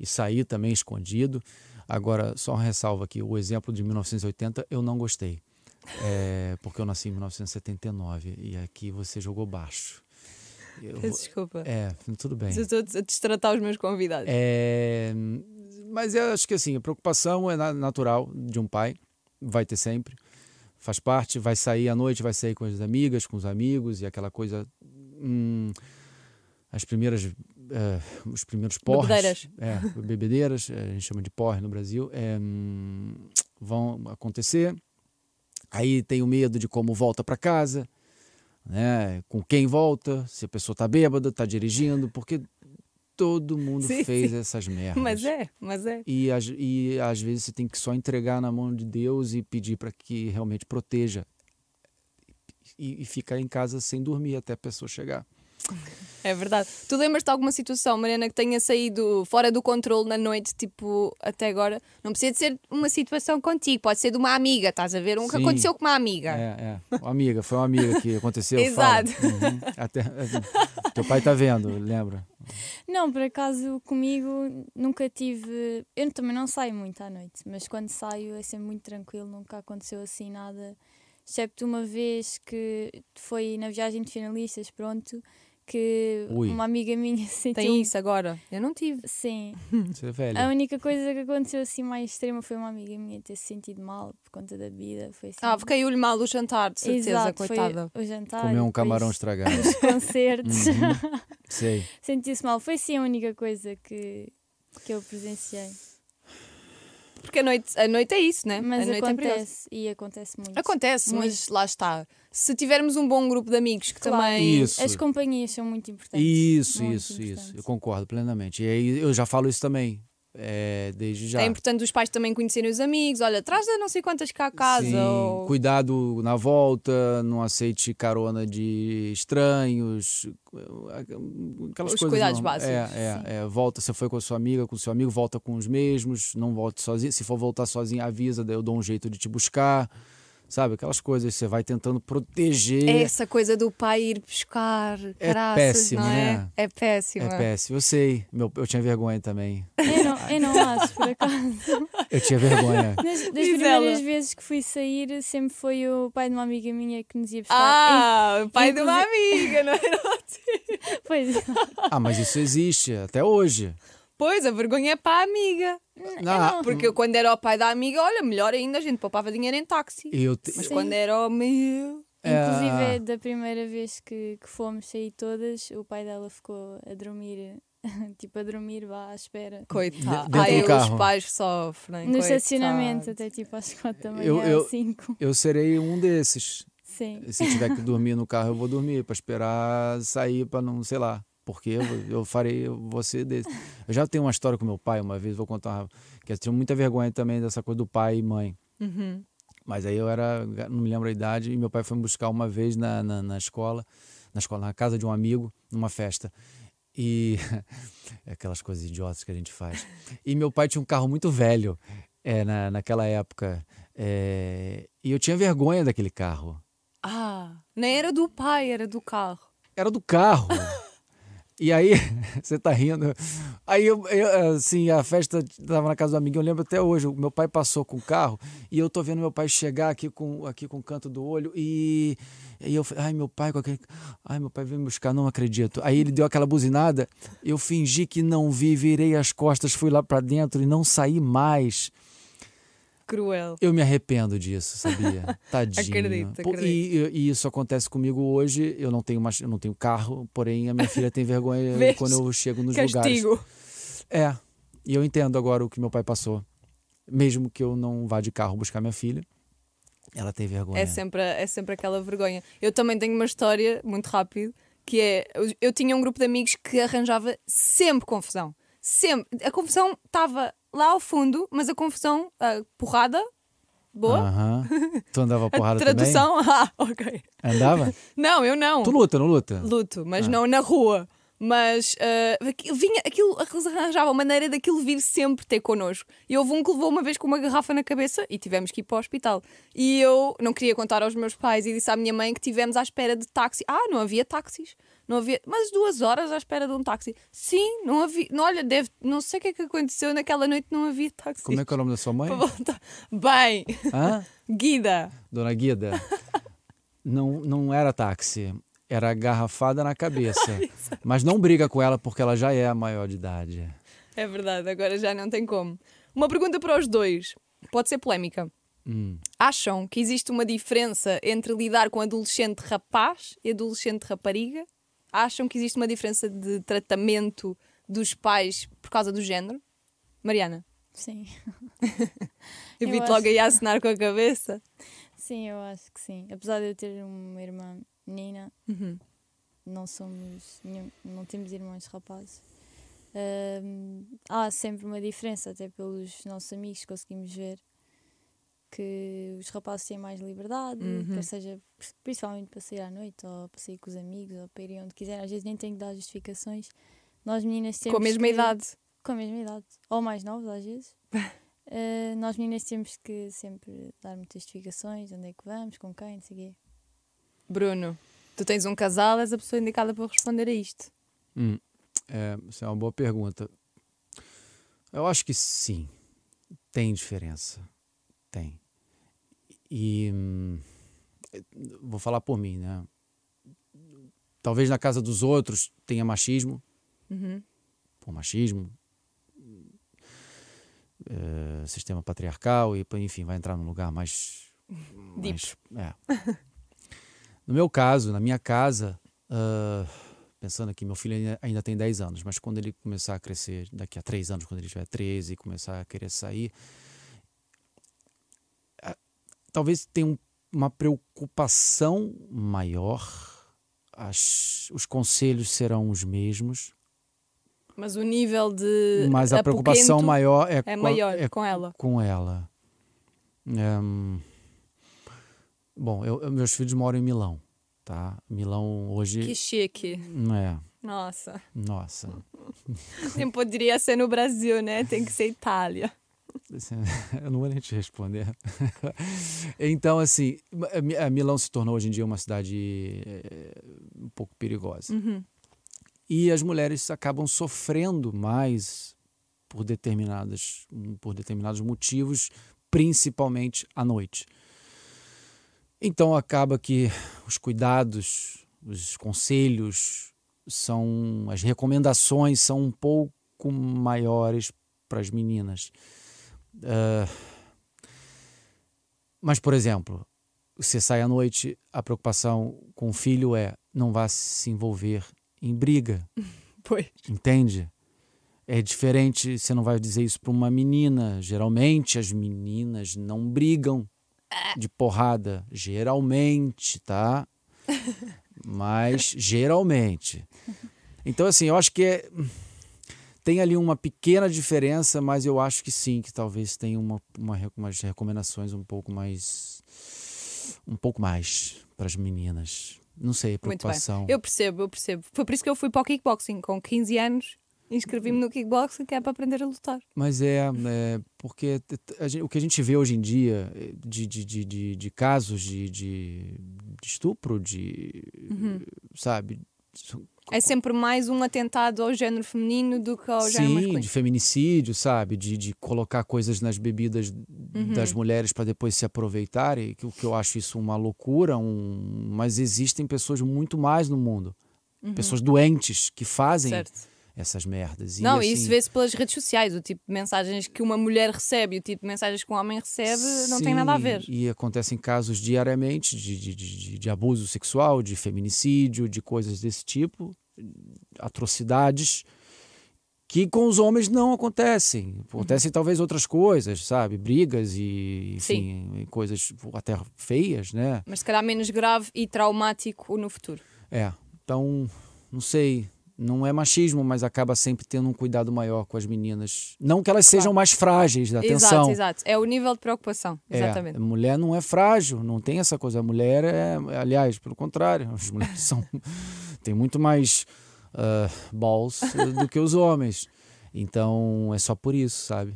S3: e saí também escondido. Agora, só uma ressalva aqui, o exemplo de 1980 eu não gostei, É, porque eu nasci em 1979 e aqui você jogou baixo. Eu-
S1: Peço desculpa.
S3: é, tudo bem.
S1: Se eu estou a destratar os meus convidados.
S3: É, mas eu acho que assim, a preocupação é na- natural de um pai, vai ter sempre, faz parte, vai sair à noite, vai sair com as amigas, com os amigos e aquela coisa. hum, as primeiras. eh, os primeiros porres.
S1: Bebedeiras.
S3: É, bebedeiras, eh, a gente chama de porre no Brasil, eh, hum, vão acontecer. Aí tem o medo de como volta para casa, né? com quem volta, se a pessoa tá bêbada, tá dirigindo, porque todo mundo
S1: Sim,
S3: fez essas merdas.
S1: Mas é, mas é.
S3: E, às- e às vezes você tem que só entregar na mão de Deus e pedir para que realmente proteja. E, e ficar em casa sem dormir até a pessoa chegar.
S1: É verdade. Tu lembras de alguma situação, Mariana, que tenha saído fora do controle na noite, tipo, até agora? Não precisa de ser uma situação contigo, pode ser de uma amiga, estás a ver? Um que
S3: Sim.
S1: aconteceu com uma amiga.
S3: É, é. Uma amiga, foi uma amiga que aconteceu. fala.
S1: Exato.
S3: Uhum. Até, teu pai tá vendo, lembra?
S4: Não, por acaso comigo nunca tive. Eu também não saio muito à noite, mas quando saio é sempre muito tranquilo, nunca aconteceu assim nada. Excepto uma vez que foi na viagem de finalistas, pronto, que
S3: Ui.
S4: uma amiga minha sentiu.
S1: Tem isso agora? Eu não tive.
S4: Sim.
S3: Você é velho.
S1: um
S4: A única coisa que aconteceu assim mais extrema foi uma amiga minha ter se sentido mal por conta da vida. Foi assim.
S1: Ah, caiu-lhe mal o jantar, de certeza,
S4: Exato, foi
S1: coitada.
S4: o jantar.
S3: Comeu um
S4: depois
S3: camarão Uhum. estragado.
S4: Os concertos.
S3: Sei.
S4: Senti-se mal. Foi sim a única coisa que, que eu presenciei.
S1: Porque a noite, a noite é isso, né?
S4: Mas
S1: a noite é perigosa.
S4: acontece e acontece muito.
S1: Acontece, mas lá está. Se tivermos um bom grupo de amigos que
S4: Claro.
S1: também.
S3: Isso.
S4: As companhias são muito importantes.
S3: Isso,
S4: Muito
S3: isso, isso.
S4: importantes.
S3: Eu concordo plenamente. E aí eu já falo isso também. é, desde já.
S1: É importante os pais também conhecerem os amigos. Olha, traz a não sei quantas cá a casa.
S3: Sim,
S1: ou-
S3: Cuidado na volta, não aceite carona de estranhos, aquelas
S1: Os
S3: coisas.
S1: cuidados
S3: norma-
S1: básicos,
S3: É, é, é, volta, você foi com a sua amiga, com o seu amigo, volta com os mesmos, não volte sozinho. Se for voltar sozinho, avisa, daí eu dou um jeito de te buscar. Sabe, aquelas coisas, você vai tentando proteger.
S1: É Essa coisa do pai ir buscar.
S3: É
S1: caraças,
S3: péssimo,
S1: não é?
S3: né?
S1: É péssimo.
S3: É péssimo, eu sei. Meu, eu tinha vergonha também.
S4: Eu não, eu não acho, por acaso.
S3: Eu tinha vergonha.
S4: Nas, das
S1: Diz
S4: primeiras
S1: ela.
S4: vezes que fui sair, sempre foi o pai de uma amiga minha que nos ia buscar.
S1: Ah, o pai de uma amiga, não é?
S4: Em- Pois,
S3: Ah, mas isso existe até hoje.
S1: Pois, a vergonha é para a amiga.
S3: Ah,
S1: Porque eu, quando era o pai da amiga, olha, melhor ainda, a gente poupava dinheiro em táxi.
S3: eu te-
S1: Mas
S4: Sim.
S1: quando era o meu.
S4: Inclusive,
S3: É.
S4: é da primeira vez que, que fomos sair todas, o pai dela ficou a dormir, tipo a dormir, vá à espera.
S1: Coitado.
S3: dentro
S1: Ai,
S3: do carro.
S1: os pais sofrem.
S4: No
S1: coitado.
S4: estacionamento, até tipo às quatro da
S3: Eu-
S4: manhã,
S3: eu- Eh,
S4: às 5.
S3: eu serei um desses.
S4: Sim.
S3: se tiver que dormir no carro, eu vou dormir para esperar sair para não, sei lá, porque eu, eu farei você desse. Eu já tenho uma história com meu pai uma vez, vou contar, uma- que eu tinha muita vergonha também dessa coisa do pai e mãe. Mas aí eu era, não me lembro a idade, e meu pai foi me buscar uma vez na, na, na escola, na escola, na casa de um amigo, numa festa. E é aquelas coisas idiotas que a gente faz. E meu pai tinha um carro muito velho é, na, naquela época. é, e eu tinha vergonha daquele carro.
S1: Ah, não era do pai, era do carro.
S3: era do carro. E aí, você tá rindo. Aí, eu, eu, assim, a festa tava na casa do amigo, eu lembro até hoje. o Meu pai passou com o carro e eu tô vendo meu pai chegar aqui com, aqui com o canto do olho. E, e eu falei, ai, meu pai, com aquele. Ai, meu pai veio me buscar, não acredito. Aí ele deu aquela buzinada, eu fingi que não vi, virei as costas, fui lá pra dentro e não saí mais.
S1: Cruel.
S3: Eu me arrependo disso, sabia? Tadinho.
S1: Acredito,
S3: Pô, E, e isso acontece comigo hoje. Eu não tenho mais, eu não tenho carro, porém a minha filha tem vergonha
S1: Vês?
S3: quando eu chego nos lugares.
S1: Castigo.
S3: É. E eu entendo agora o que meu pai passou. Mesmo que eu não vá de carro buscar minha filha, ela tem vergonha.
S1: É sempre, é sempre aquela vergonha. Eu também tenho uma história, muito rápido, que é: eu- eu tinha um grupo de amigos que arranjava sempre confusão. Sempre. A confusão estava lá ao fundo, mas a confusão, a porrada, boa.
S3: Aham. Tu andava
S1: a
S3: Ah, porrada
S1: tradução, ah, ok.
S3: também? Andava?
S1: Não, eu não.
S3: Tu luta, não luta?
S1: Luto,
S3: Ah.
S1: mas não na rua. Mas ah, aqui- vinha, aquilo eles arranjavam maneira daquilo vir sempre ter connosco. E houve um que levou uma vez com uma garrafa na cabeça e tivemos que ir para o hospital. E eu não queria contar aos meus pais e disse à minha mãe que tivemos à espera de táxi. Ah, não havia táxis. Não havia, mas duas horas à espera de um táxi. Sim, não havia. não, Olha, deve, não sei o que é que aconteceu naquela noite, não havia táxi.
S3: Como é que é o nome da sua mãe?
S1: para voltar. Bem,
S3: Hã?
S1: Guida.
S3: Dona Guida, não, não era táxi. era garrafada na cabeça. Mas não briga com ela porque ela já é a maior de idade.
S1: É verdade, agora já não tem como. Uma pergunta para os dois. Pode ser polémica.
S3: Hum.
S1: Acham que existe uma diferença entre lidar com adolescente rapaz e adolescente rapariga? Acham que existe uma diferença de tratamento dos pais por causa do género? Mariana,
S4: Sim.
S1: eu
S4: Eu
S1: vi-te
S4: acho-
S1: logo aí a assinar com a cabeça.
S4: Sim, eu acho que sim. Apesar de eu ter uma irmã menina,
S1: Uhum.
S4: não somos. nenhum- não temos irmãos rapazes. Ahm, há sempre uma diferença, até pelos nossos amigos conseguimos ver que os rapazes têm mais liberdade,
S1: Uhum.
S4: quer seja principalmente para sair à noite ou para sair com os amigos ou para ir onde quiser. Às vezes nem tenho que dar justificações. Nós meninas temos
S1: com a mesma
S4: que-
S1: idade.
S4: com a mesma idade, ou mais novos às vezes. Eh, nós meninas temos que sempre dar muitas justificações, onde é que vamos, com quem, não sei o quê.
S1: Bruno, tu tens um casal, és a pessoa indicada para responder a isto.
S3: Hum, é, isso é uma boa pergunta. Eu acho que sim, tem diferença. Tem. E hum, vou falar por mim, né? Talvez na casa dos outros tenha machismo.
S1: Uhum.
S3: Por machismo. eh, sistema patriarcal e, pô, enfim, vai entrar num lugar mais.
S1: Deep.
S3: mais- é. No meu caso, na minha casa, ah, pensando aqui, meu filho ainda, ainda tem 10 anos, mas quando ele começar a crescer, daqui a 3 anos, quando ele tiver 13 e começar a querer sair, ah, talvez tenha um- uma preocupação maior. As- os conselhos serão os mesmos,
S1: Mas o nível de.
S3: mas a preocupação
S1: apoquento
S3: maior é,
S1: é
S3: com-
S1: maior
S3: é
S1: com ela.
S3: com ela. Ehm, bom, eu- eu- meus filhos moram em Milão, tá? Milão
S1: Que
S3: hoje.
S1: chique.
S3: É,
S1: Nossa.
S3: nossa.
S1: Nem Assim poderia ser no Brasil, né? Tem que ser Itália.
S3: Assim, Eu não vou nem te responder. Então, assim, a Mi- a Milão se tornou hoje em dia uma cidade eh, um pouco perigosa. E as mulheres acabam sofrendo mais por, determinadas, por determinados motivos, principalmente à noite. Então, acaba que os cuidados, os conselhos, são as recomendações são um pouco maiores para as meninas. Ah, mas, por exemplo, você sai à noite, a preocupação com o filho é não vá se envolver em briga,
S1: Pois.
S3: entende? É diferente, você não vai dizer isso para uma menina. Geralmente as meninas não brigam de porrada. Geralmente, tá? Mas geralmente. Então, assim, eu acho que é, tem ali uma pequena diferença, mas eu acho que sim, que talvez tenha uma, uma re- umas recomendações um pouco mais. um pouco mais para as meninas. Não sei,
S1: Muito bem.
S3: preocupação.
S1: Eu percebo, eu percebo. Foi por isso que eu fui para o kickboxing com 15 anos. Inscrevi-me no kickboxing que é para aprender a lutar.
S3: Mas é, é, porque t- t- a gen- o que a gente vê hoje em dia eh, de, de, de, de, de casos de, de, de estupro, de.
S1: Uhum.
S3: sabe? são-
S1: É sempre mais um atentado ao género feminino do que ao género
S3: Sim,
S1: masculino.
S3: de feminicídio, sabe? De, de colocar coisas nas bebidas das
S1: Uhum.
S3: mulheres para depois se aproveitarem, que, o que eu acho isso uma loucura, um... mas existem pessoas muito mais no mundo. Pessoas doentes que fazem
S1: Uhum. Certo.
S3: essas merdas. E,
S1: Não, e
S3: assim,
S1: isso vê-se pelas redes sociais. O tipo de mensagens que uma mulher recebe e o tipo de mensagens que um homem recebe não tem nada a
S3: Sim,
S1: ver.
S3: E acontecem casos diariamente de, de, de- de- de abuso sexual, de feminicídio, de coisas desse tipo, atrocidades que com os homens não acontecem.
S1: Uhum.
S3: Acontecem talvez outras coisas, sabe? Brigas e enfim, coisas até feias, né?
S1: Mas se calhar menos grave e traumático no futuro.
S3: É. Então, não sei. Não é machismo, mas acaba sempre tendo um cuidado maior com as meninas. Não que elas sejam mais frágeis,
S1: Exato,
S3: atenção.
S1: exato. É o nível de preocupação.
S3: É,
S1: Exatamente.
S3: a mulher não é frágil, não tem essa coisa. A mulher é, aliás, pelo contrário, as mulheres são tem muito mais ah, balls do que os homens. Então é só por isso, sabe?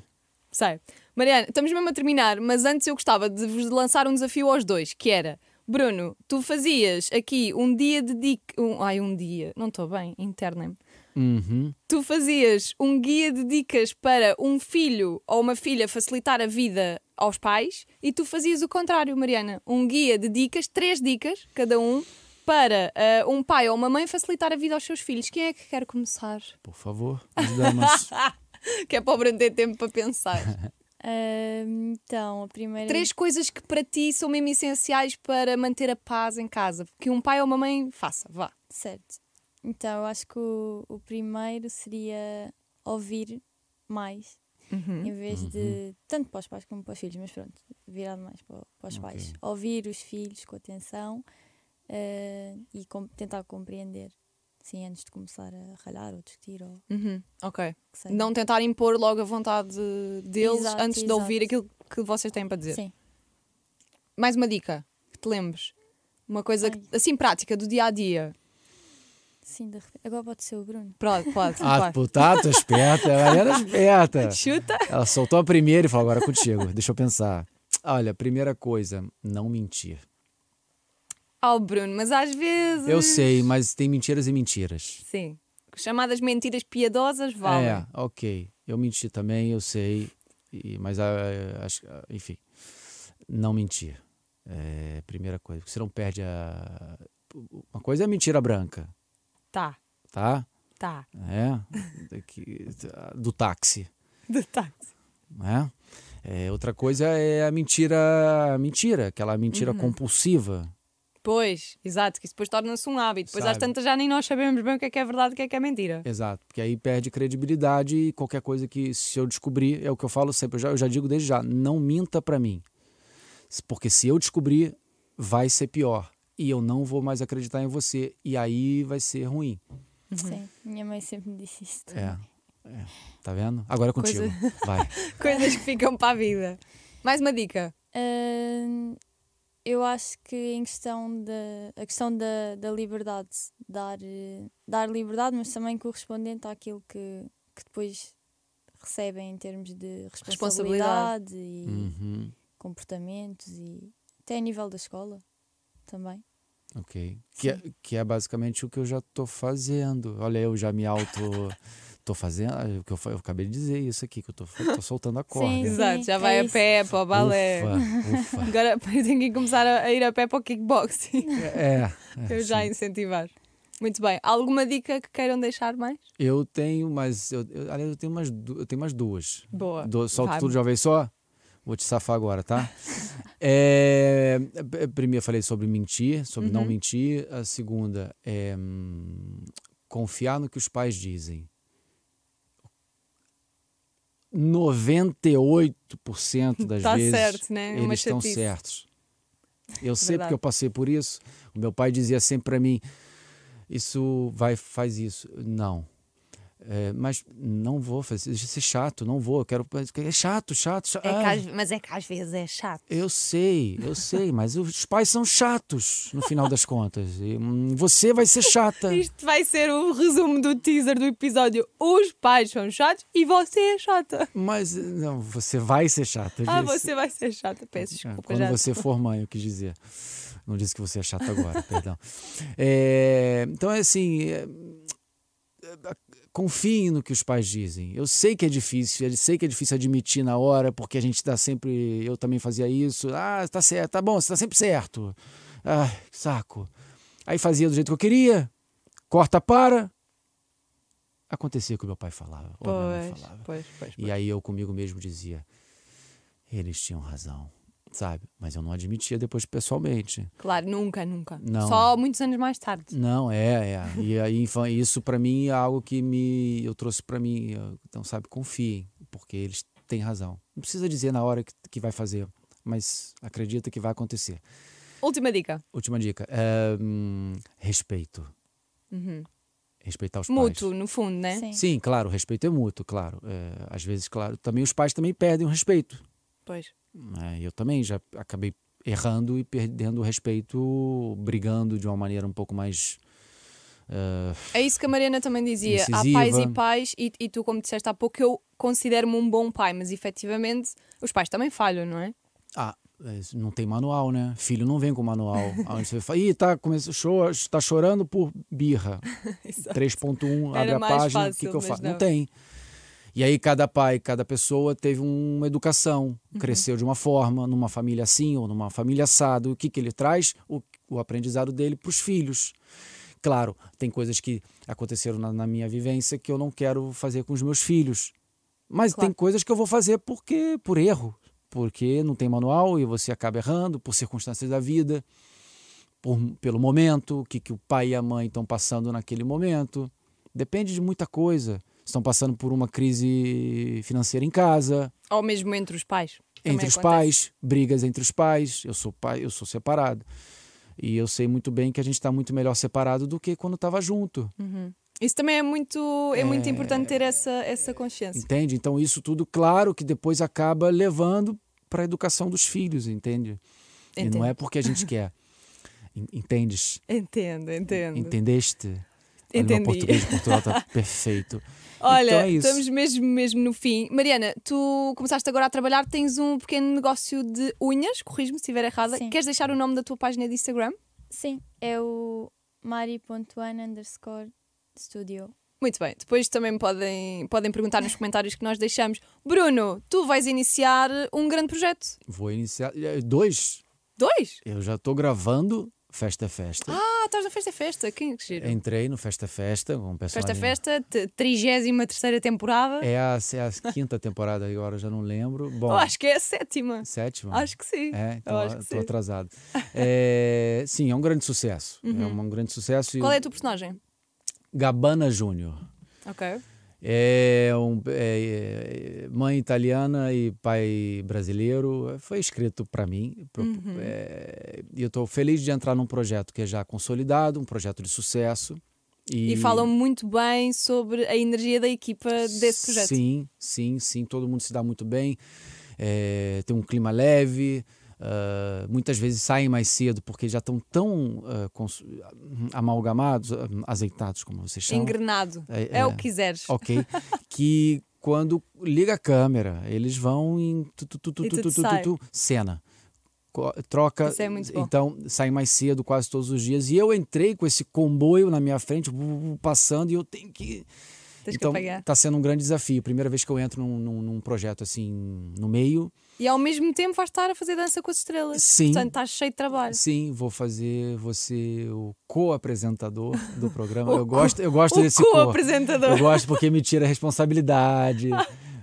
S1: Sei. Mariana, estamos mesmo a terminar, mas antes eu gostava de vos lançar um desafio aos dois, que era, Bruno, tu fazias aqui um dia de dica. Um, ai, um dia, não estou bem, internem-me.
S3: Uhum.
S1: Tu fazias um guia de dicas para um filho ou uma filha facilitar a vida aos pais e tu fazias o contrário, Mariana. Um guia de dicas, três dicas, cada um, para ah, um pai ou uma mãe facilitar a vida aos seus filhos? Quem é que quer começar?
S3: Por favor, as damas.
S1: Que é para o Bruno ter tempo para pensar.
S4: Ah, então, a primeira.
S1: Três coisas que para ti são mesmo essenciais para manter a paz em casa. Que um pai ou uma mãe faça, vá.
S4: Certo. Então, eu acho que o, o primeiro seria ouvir mais,
S1: Uhum.
S4: em vez de. tanto para os pais como para os filhos, mas pronto, virado mais para, para os pais. Ouvir os filhos com atenção eh, e com- tentar compreender, sim, antes de começar a ralhar ou discutir ou o
S1: Uhum, Ok.
S4: que seja.
S1: Não tentar impor logo a vontade deles
S4: Exato,
S1: antes de
S4: exato.
S1: ouvir aquilo que vocês têm para dizer.
S4: Sim.
S1: Mais uma dica que te lembres. Uma coisa que- assim prática do dia a dia.
S4: Sim, de repente. Agora pode ser o Bruno.
S1: Pronto, pode.
S3: Ah,
S1: vai.
S3: deputado, esperta, ela era esperta.
S1: Chuta.
S3: Ela soltou a primeira e falou: agora é contigo, deixa eu pensar. Olha, primeira coisa, não mentir.
S1: Ao Bruno, mas às vezes.
S3: Eu sei, mas tem mentiras e mentiras.
S1: Sim. Chamadas mentiras piedosas valem.
S3: É, ok. Eu menti também, eu sei. e- mas ah, acho, ah, enfim, não mentir. É, primeira coisa, porque você não perde a. Uma coisa é mentira branca,
S1: Tá,
S3: tá?
S1: tá.
S3: É, daqui- do táxi.
S1: De tá. táxi.
S3: né? É, outra coisa é a mentira, a mentira, aquela mentira compulsiva.
S1: Pois, exato, que isso depois torna-se um hábito. Depois às
S3: Sabe.
S1: tantas já nem nós sabemos bem o que é que é verdade e o que é que é mentira.
S3: Exato, porque aí perde credibilidade e qualquer coisa que se eu descobrir, é o que eu falo sempre, eu já, eu já digo desde já, não minta pra mim. S- Porque se eu descobrir, vai ser pior e eu não vou mais acreditar em você e aí vai ser ruim.
S1: Uhum.
S4: Sim, minha mãe sempre me disse isso.
S3: É. é. Tá vendo? Agora é contigo. Vai.
S1: Coisas que ficam para a vida. Mais uma dica.
S4: Ahn, eu acho que em questão da a questão da, da liberdade, dar, eh, dar liberdade, mas também correspondente àquilo que, que depois recebem em termos de
S1: Responsabilidade.
S4: responsabilidade, e
S3: Uhum,
S4: comportamentos e até a nível da escola também.
S3: ok. Que é, que é basicamente o que eu já tô fazendo. Olha, eu já me auto. Tô fazendo. ah, o que Eu, fa- eu acabei de dizer isso aqui, que eu tô, fa- tô soltando a corda.
S4: Sim,
S1: Exato, já
S4: é
S1: vai a
S4: isso.
S1: pé para o balé.
S3: Ufa, ufa.
S1: Agora tenho que começar a a ir a pé para o kickboxing.
S3: É, é,
S1: Eu já incentivar. Muito bem. Alguma dica que queiram deixar mais?
S3: Eu tenho mais. Eu, eu, aliás, eu tenho mais, du- eu tenho mais duas.
S1: Boa.
S3: Do, solto
S1: Vai.
S3: tudo de uma vez só? Vou te safar agora, tá? É, p- primeiro eu falei sobre mentir, sobre
S1: Uhum.
S3: não mentir. A segunda é hum, confiar no que os pais dizem. 98% das
S1: Tá
S3: vezes
S1: certo, né? É uma
S3: eles estão
S1: chatice.
S3: certos. Eu sei
S1: Verdade.
S3: porque eu passei por isso. O meu pai dizia sempre para mim: isso vai, faz isso. Não. É, mas não vou fazer, isso é chato, não vou, eu quero. É chato, chato, chato. Ah,
S1: mas é que às vezes é chato.
S3: eu sei, eu sei, mas os pais são chatos no final das contas. E, hum, você vai ser chata.
S1: Isto vai ser o resumo do teaser do episódio. Os pais são chatos e você é chata.
S3: Mas não, você vai ser chata. eu
S1: Ah,
S3: disse.
S1: você vai ser chata. Peço
S3: É,
S1: desculpa.
S3: Quando
S1: já.
S3: você for mãe, eu quis dizer. Não disse que você é chato agora, perdão. É, então é assim. é, é, Confiem no que os pais dizem. Eu sei que é difícil, eu sei que é difícil admitir na hora, porque a gente está sempre. Eu também fazia isso. Ah, tá certo, tá bom, você está sempre certo. Ah, que saco. Aí fazia do jeito que eu queria, corta, para. Acontecia o que meu pai falava, ou minha mãe
S1: Pois,
S3: falava.
S1: pois, pois.
S3: E aí eu comigo mesmo dizia: eles tinham razão, sabe? Mas eu não admitia depois pessoalmente.
S1: Claro, nunca, nunca.
S3: Não.
S1: Só muitos anos mais tarde.
S3: Não, é, é. E aí infa- isso pra mim é algo que me eu trouxe pra mim. Eu- Então, sabe, confiem, porque eles têm razão. Não precisa dizer na hora que, que vai fazer, mas acredita que vai acontecer.
S1: Última dica.
S3: Última dica: é, hum, respeito. Uhum. Respeitar os pais.
S1: Mútuo, no fundo, né?
S4: Sim.
S3: Sim, claro, o respeito é mútuo, claro. É, às vezes, claro, também os pais também perdem o respeito.
S1: Pois.
S3: né? Eu também já acabei errando e perdendo o respeito, brigando de uma maneira um pouco mais. eh,
S1: É isso que a Mariana também dizia.
S3: Incisiva.
S1: Há pais e pais, e, e tu, como disseste há pouco, eu considero-me um bom pai, mas efetivamente os pais também falham, não é?
S3: ah, eh, não tem manual, né? Filho não vem com manual. Onde você fala, ih, tá, começou, show, tá chorando por birra. 3.1,
S1: Era
S3: abre a
S1: mais
S3: página, o
S1: fácil,
S3: que, que eu
S1: mas
S3: faço?
S1: não.
S3: Não tem. E aí cada pai, cada pessoa teve uma
S1: Uhum.
S3: educação, cresceu de uma forma, numa família assim ou numa família assado. O que, que ele traz? O, o aprendizado dele para os filhos. Claro, tem coisas que aconteceram na, na minha vivência que eu não quero fazer com os meus filhos. Mas
S1: Claro.
S3: tem coisas que eu vou fazer porque por erro, porque não tem manual e você acaba errando, por circunstâncias da vida, por, pelo momento, o que, que o pai e a mãe estão passando naquele momento. Depende de muita coisa. Estão passando por uma crise financeira em casa,
S1: Ou mesmo entre os pais. Também
S3: entre os
S1: acontece.
S3: pais, brigas entre os pais. Eu sou pai, eu sou separado. E eu sei muito bem que a gente está muito melhor separado do que quando estava junto.
S1: Isso também é muito, é muito importante ter essa, essa consciência.
S3: Entende? Então, isso tudo, claro que depois acaba levando para a educação dos filhos, entende? E
S1: Entendo.
S3: não é porque a gente quer. En- Entendes?
S1: Entendo, entendo.
S3: Entendeste? Olha,
S1: Entendi.
S3: meu português de Portugal tá perfeito.
S1: Olha,
S3: então é isso.
S1: estamos mesmo, mesmo no fim. Mariana, tu começaste agora a trabalhar, tens um pequeno negócio de unhas, corrijo-me se estiver errada.
S4: Sim.
S1: Queres deixar o nome da tua página de Instagram?
S4: Sim, é o mari.one underscore studio.
S1: Muito bem, depois também podem, podem perguntar nos comentários que nós deixamos. Bruno, tu vais iniciar um grande projeto.
S3: Vou iniciar. eh, Dois,
S1: Dois?
S3: eu já estou gravando Festa é Festa.
S1: Ah, estás na Festa é Festa, que giro.
S3: Entrei no Festa é Festa com um
S1: Festa é
S3: personagem.
S1: Festa, 33 terceira temporada.
S3: É a, é a quinta temporada agora, já não lembro. Bom,
S1: Eu acho que é a sétima.
S3: sétima.
S1: Acho que sim.
S3: É,
S1: Eu
S3: então
S1: acho que
S3: estou
S1: sim.
S3: atrasado. É, sim, é um grande sucesso. É um, um grande sucesso. e
S1: Qual é a tua personagem?
S3: Gabana Júnior.
S1: Ok.
S3: É, um, é, é, mãe italiana e pai brasileiro. Foi escrito para mim. pro-
S1: Uhum.
S3: é, e eu estou feliz de entrar num projeto que é já consolidado, um projeto de sucesso.
S1: E, falam muito bem sobre a energia da equipa desse projeto.
S3: Sim, sim, sim. Todo mundo se dá muito bem. É, tem um clima leve. ah, muitas vezes saem mais cedo porque já estão tão ah, cons- amalgamados, ah, azeitados, como vocês chamam.
S1: Engrenado. É,
S3: É-
S1: o
S3: é.
S1: que quiseres.
S3: Ok. que quando liga a câmera, eles vão em tu, tu, tu, tu,
S1: E
S3: tu,
S1: tudo
S3: tu, tu,
S1: sai.
S3: tu, cena. Co- Troca.
S1: Isso é muito bom.
S3: Então, saem mais cedo quase todos os dias. E eu entrei com esse comboio na minha frente, bu- bu- bu- passando, e eu tenho que.
S1: Tens que
S3: então,
S1: apagar.
S3: tá sendo um grande desafio. Primeira vez que eu entro num, num- num projeto assim, no meio.
S1: E ao mesmo tempo vais estar a fazer dança com as estrelas.
S3: Sim.
S1: Portanto, estás cheio de trabalho.
S3: Sim, vou fazer você o co-apresentador do programa.
S1: O
S3: eu gosto, eu gosto
S1: o
S3: desse co. Eu
S1: co-apresentador.
S3: gosto porque me tira a responsabilidade,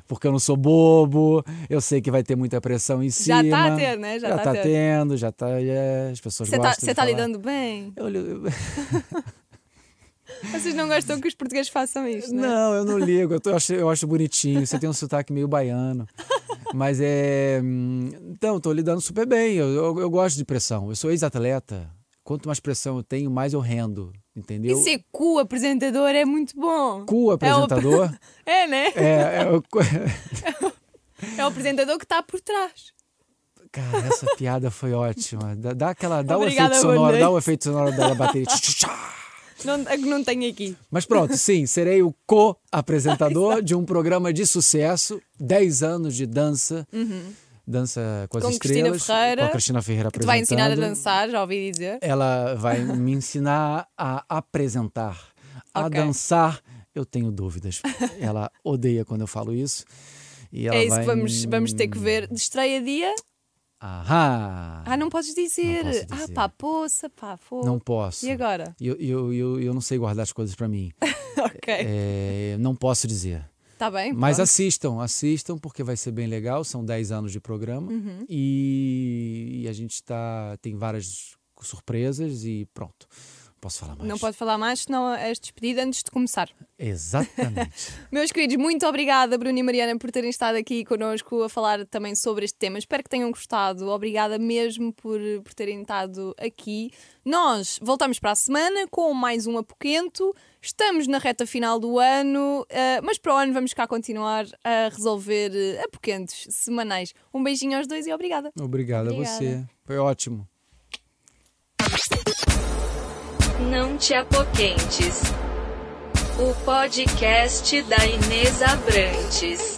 S3: porque eu não sou bobo, eu sei que vai ter muita pressão em cima.
S1: Já tá a ter, né? Já
S3: Já
S1: tá a
S3: tá
S1: ter.
S3: tendo, já tá. é, as pessoas
S1: Você
S3: gostam.
S1: tá,
S3: de
S1: você tá
S3: falar.
S1: lidando bem?
S3: Eu li-
S1: Vocês não gostam que os portugueses façam isto, né?
S3: Não, eu não ligo. Eu, tô- eu acho, eu acho bonitinho. Você tem um sotaque meio baiano. Mas é. hum, Então, tô lidando super bem. Eu, eu, eu gosto de pressão. Eu sou ex-atleta. Quanto mais pressão eu tenho, mais eu rendo.
S1: E
S3: Entendeu?
S1: ser é co-apresentador é muito bom.
S3: Cu apresentador.
S1: É, né?
S3: É, é o cu-
S1: É o apresentador que está por trás.
S3: Cara, essa piada foi ótima. Dá, dá aquela, dá
S1: Obrigada,
S3: o efeito sonoro,
S1: Bandei.
S3: dá o efeito sonoro da bateria.
S1: Não, é que não tenho aqui.
S3: Mas pronto, sim, serei o co-apresentador de um programa de sucesso, 10 anos de dança, dança com as
S1: Uhum. Com Cristina
S3: estrelas,
S1: Ferreira,
S3: com a Cristina Ferreira
S1: Que te vai ensinar a
S3: apresentando.
S1: dançar, já ouvi
S3: É,
S1: dizer.
S3: Ela vai me ensinar a apresentar, a
S1: Ok.
S3: dançar. Eu tenho dúvidas. Ela odeia quando eu falo isso. E ela
S1: é isso
S3: vai
S1: que vamos,
S3: me-
S1: vamos ter que ver. De estreia dia.
S3: Ahá.
S1: Ah, não podes dizer.
S3: Não posso
S1: Ah,
S3: dizer.
S1: pá, poça, pá, fogo.
S3: Não posso.
S1: E agora?
S3: E Eu, eu, eu, eu não sei guardar as coisas pra mim.
S1: ok.
S3: É, não posso dizer.
S1: Está bem?
S3: Mas
S1: pronto.
S3: assistam, assistam, porque vai ser bem legal. São 10 anos de programa.
S1: Uhum.
S3: E, e a gente tá, tem várias surpresas e pronto. Não Posso falar mais?
S1: Não pode falar mais, senão és despedida antes de começar.
S3: Exatamente.
S1: Meus queridos, muito obrigada, Bruno e Mariana, por terem estado aqui connosco a falar também sobre este tema. Espero que tenham gostado. Obrigada mesmo por, por terem estado aqui. Nós voltamos para a semana com mais um Apoquento. Estamos na reta final do ano, eh, mas para o ano vamos cá continuar a resolver eh, Apoquentos semanais. Um beijinho aos dois e obrigada.
S3: Obrigado a você. Foi ótimo.
S2: Não te apoquentes. O podcast da Inês Abrantes.